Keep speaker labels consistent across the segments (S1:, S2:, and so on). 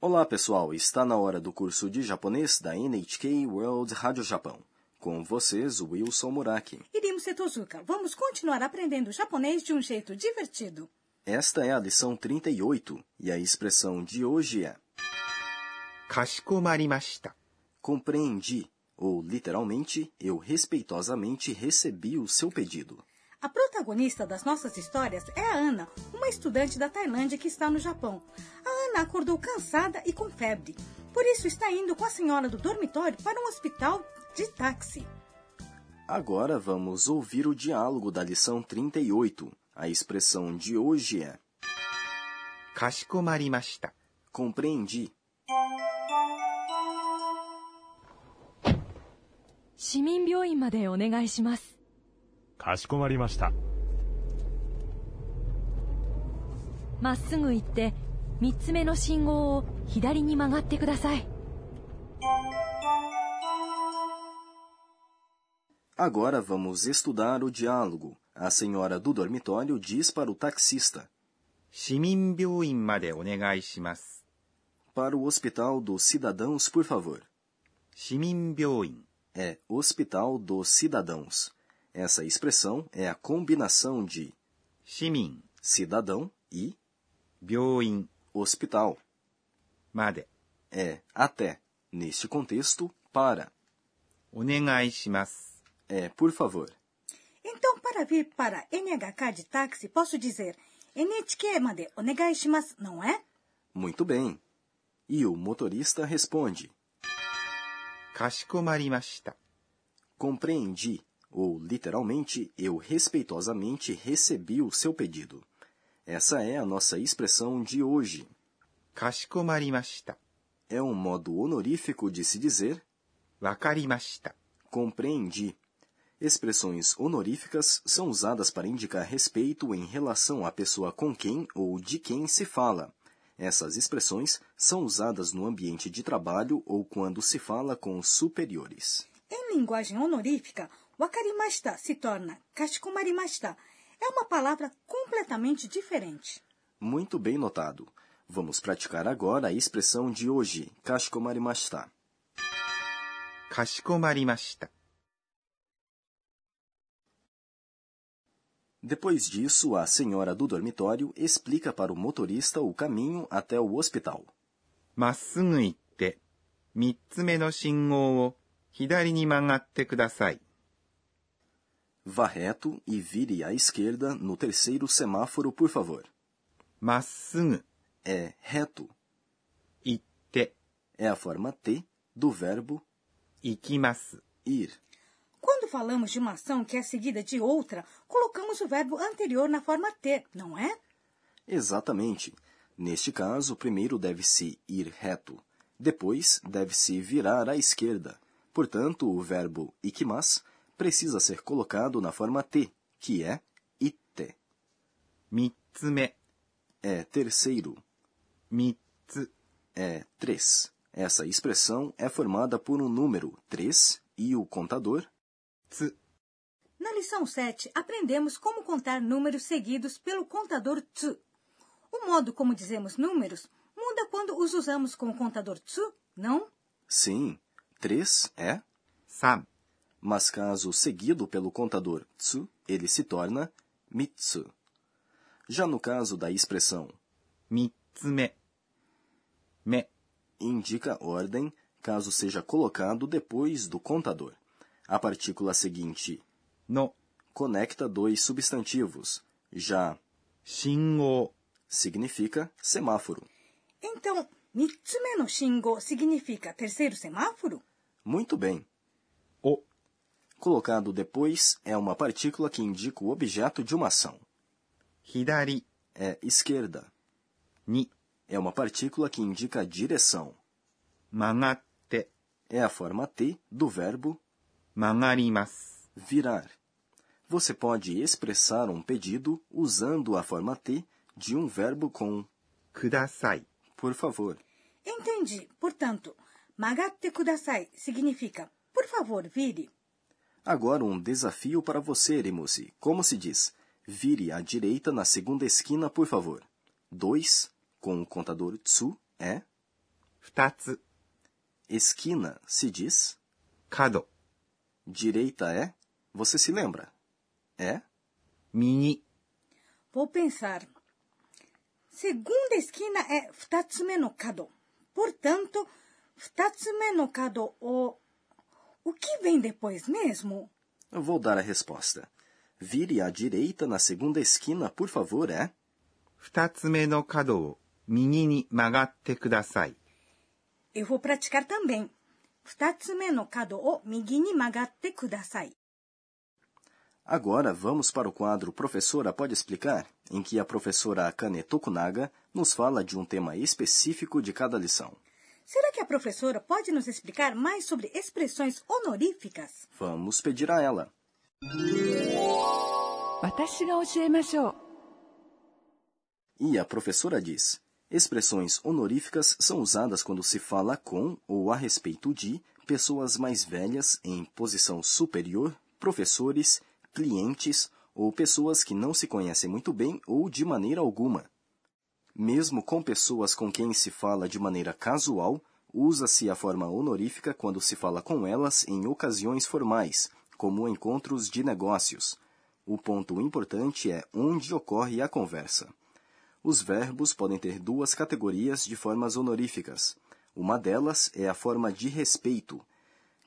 S1: Olá, pessoal! Está na hora do curso de japonês da NHK World Rádio Japão. Com vocês, Wilson Muraki.
S2: Irimo Setozuka, vamos continuar aprendendo japonês de um jeito divertido.
S1: Esta é a lição 38 e a expressão de hoje é
S3: かしこまりました。
S1: compreendi, ou literalmente, eu respeitosamente recebi o seu pedido.
S2: A protagonista das nossas histórias é a Ana, uma estudante da Tailândia que está no Japão. A Ana acordou cansada e com febre, por isso está indo com a senhora do dormitório para um hospital de táxi.
S1: Agora vamos ouvir o diálogo da lição 38. A expressão de hoje é
S3: かしこまりました。
S1: compreendi.
S4: 市民病院までお願いします
S5: かしこまりました。
S4: まっすぐ行って3つ目の信号を左に曲がってください
S1: Agora vamos estudar o diálogo. A senhora do dormitório diz para o taxista:
S3: 市民病院までお願いします。
S1: Para o Hospital dos Cidadãos, por favor.
S3: 市民病院。
S1: É Hospital dos Cidadãos. Essa expressão é a combinação de
S3: 市民、
S1: cidadão e
S3: 病院、
S1: hospital.
S3: まで、
S1: É até. Neste contexto, para.
S3: お願いします。
S1: É por favor.
S2: Então, para vir para NHK de táxi, posso dizer NHK までお願いします, não é?
S1: Muito bem. E o motorista responde:
S3: かしこまりました。
S1: compreendi, ou literalmente, eu respeitosamente recebi o seu pedido. Essa é a nossa expressão de hoje.
S3: かしこまりました。
S1: É um modo honorífico de se dizer
S3: わかりました。
S1: compreendi. Expressões honoríficas são usadas para indicar respeito em relação à pessoa com quem ou de quem se fala. Essas expressões são usadas no ambiente de trabalho ou quando se fala com os superiores.
S2: Em linguagem honorífica, wakarimashita se torna kashikomarimashita. É uma palavra completamente diferente.
S1: Muito bem notado. Vamos praticar agora a expressão de hoje, kashikomarimashita.
S3: かしこまりました。
S1: Depois disso, a senhora do dormitório explica para o motorista o caminho até o hospital.
S3: まっすぐ行って、三つ目の信号を左に曲がってください。
S1: Vá reto e vire à esquerda no terceiro semáforo, por favor.
S3: まっすぐ
S1: É reto.
S3: 行って、
S1: É a forma T do verbo
S3: 行きます。
S1: ir.
S2: Quando falamos de uma ação que é seguida de outra, colocamos o verbo anterior na forma T, não é?
S1: Exatamente. Neste caso, primeiro deve-se ir reto. Depois, deve-se virar à esquerda. Portanto, o verbo ikimas precisa ser colocado na forma T, que é ite.
S3: 三つ目、
S1: É terceiro.
S3: 三つ、
S1: é 3. Essa expressão é formada por um número 3 e o contador.
S3: つ、
S2: Na lição 7, aprendemos como contar números seguidos pelo contador TSU. O modo como dizemos números muda quando os usamos com o contador TSU, não?
S1: Sim, 3 é,
S3: 三、
S1: mas caso seguido pelo contador tsu, ele se torna mitsu. Já no caso da expressão
S3: 三つ目、目、
S1: indica ordem, caso seja colocado depois do contador. A partícula seguinte
S3: の、
S1: conecta dois substantivos. Já
S3: 信号、
S1: significa semáforo.
S2: Então, mitsume no shingo significa terceiro semáforo?
S1: Muito bem.
S3: を、
S1: Colocado depois é uma partícula que indica o objeto de uma ação.
S3: 左、
S1: É esquerda.
S3: に、
S1: É uma partícula que indica a direção.
S3: 曲がって、
S1: É a forma T do verbo
S3: 曲がります。
S1: virar. Você pode expressar um pedido usando a forma T de um verbo com
S3: ください。
S1: por favor.
S2: Entendi. Portanto, magatte kudasai significa por favor, vire.
S1: Agora um desafio para você, Erimusi. Como se diz? Vire à direita na segunda esquina, por favor. 2, com o contador tsu, é
S3: 二つ、
S1: Esquina se diz,
S3: 角、
S1: direita é, você se lembra? É?
S3: 右、
S2: Vou pensar. Segunda esquina é 2つ目の角. Portanto, 2つ目の角 o O que vem depois mesmo?
S1: Eu vou dar a resposta. Vire à direita na segunda esquina, por favor, é?
S3: 二つ目の角を右に曲がってください。
S2: Eu vou praticar também. 2つ目の角を右に曲がってください。
S1: Agora vamos para o quadro Professora Pode Explicar, em que a professora Akane Tokunaga nos fala de um tema específico de cada lição.
S2: Será que a professora pode nos explicar mais sobre expressões honoríficas?
S1: Vamos pedir a ela.
S6: 私が教えましょう
S1: E a professora diz: expressões honoríficas são usadas quando se fala com ou a respeito de pessoas mais velhas em posição superior, professores, clientes ou pessoas que não se conhecem muito bem ou de maneira alguma. Mesmo com pessoas com quem se fala de maneira casual, usa-se a forma honorífica quando se fala com elas em ocasiões formais, como encontros de negócios. O ponto importante é onde ocorre a conversa. Os verbos podem ter duas categorias de formas honoríficas. Uma delas é a forma de respeito.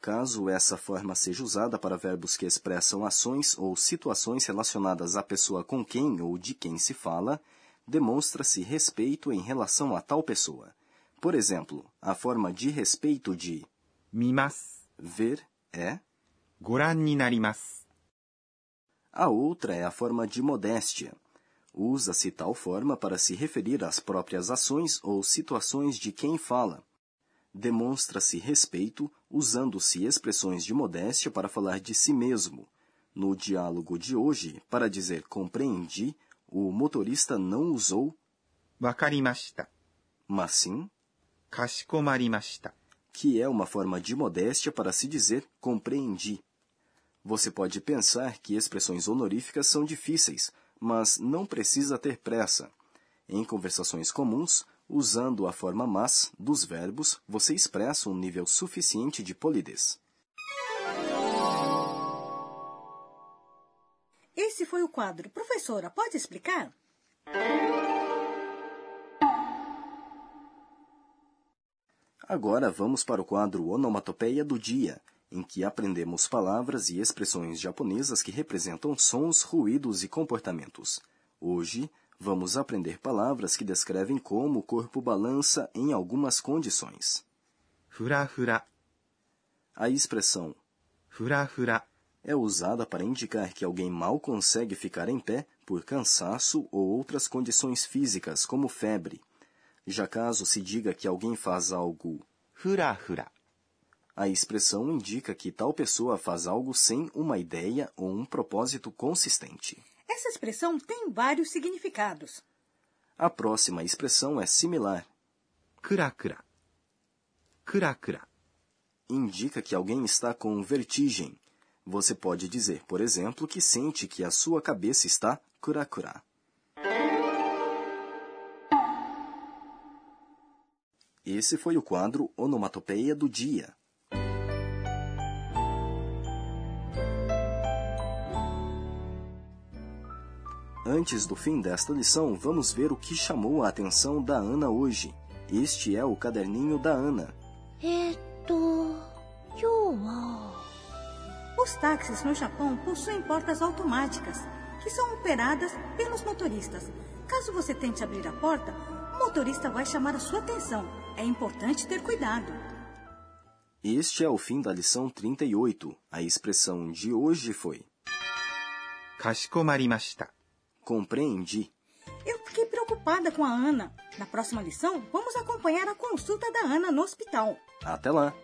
S1: Caso essa forma seja usada para verbos que expressam ações ou situações relacionadas à pessoa com quem ou de quem se fala, demonstra-se respeito em relação a tal pessoa. Por exemplo, a forma de respeito de
S3: 見ます。
S1: ver é
S3: ご覧になります。
S1: A outra é a forma de modéstia. Usa-se tal forma para se referir às próprias ações ou situações de quem fala. Demonstra-se respeito usando-se expressões de modéstia para falar de si mesmo. No diálogo de hoje, para dizer compreendi, o motorista não usou,
S3: わかりました。
S1: mas sim,
S3: かしこまりました。
S1: que é uma forma de modéstia para se dizer compreendi. Você pode pensar que expressões honoríficas são difíceis, mas não precisa ter pressa. Em conversações comuns, usando a forma mas dos verbos, você expressa um nível suficiente de polidez.
S2: Esse foi o quadro. Professora, pode explicar?
S1: Agora vamos para o quadro Onomatopeia do Dia, em que aprendemos palavras e expressões japonesas que representam sons, ruídos e comportamentos. Hoje, vamos aprender palavras que descrevem como o corpo balança em algumas condições.
S3: ふらふら、
S1: A expressão
S3: ふらふら、
S1: é usada para indicar que alguém mal consegue ficar em pé por cansaço ou outras condições físicas, como febre. Já caso se diga que alguém faz algo
S3: ふらふら、
S1: A expressão indica que tal pessoa faz algo sem uma ideia ou um propósito consistente.
S2: Essa expressão tem vários significados.
S1: A próxima expressão é similar.
S3: くらくら、くらくら、
S1: Indica que alguém está com vertigem. Você pode dizer, por exemplo, que sente que a sua cabeça está curakura. Esse foi o quadro Onomatopeia do Dia. Antes do fim desta lição, vamos ver o que chamou a atenção da Ana hoje. Este é o caderninho da Ana.
S7: えーっと、今日は、
S2: Os táxis no Japão possuem portas automáticas, que são operadas pelos motoristas. Caso você tente abrir a porta, o motorista vai chamar a sua atenção. É importante ter cuidado.
S1: Este é o fim da lição 38. A expressão de hoje foi:
S3: かしこまりました。
S1: compreendi.
S2: Eu fiquei preocupada com a Ana. Na próxima lição, vamos acompanhar a consulta da Ana no hospital.
S1: Até lá!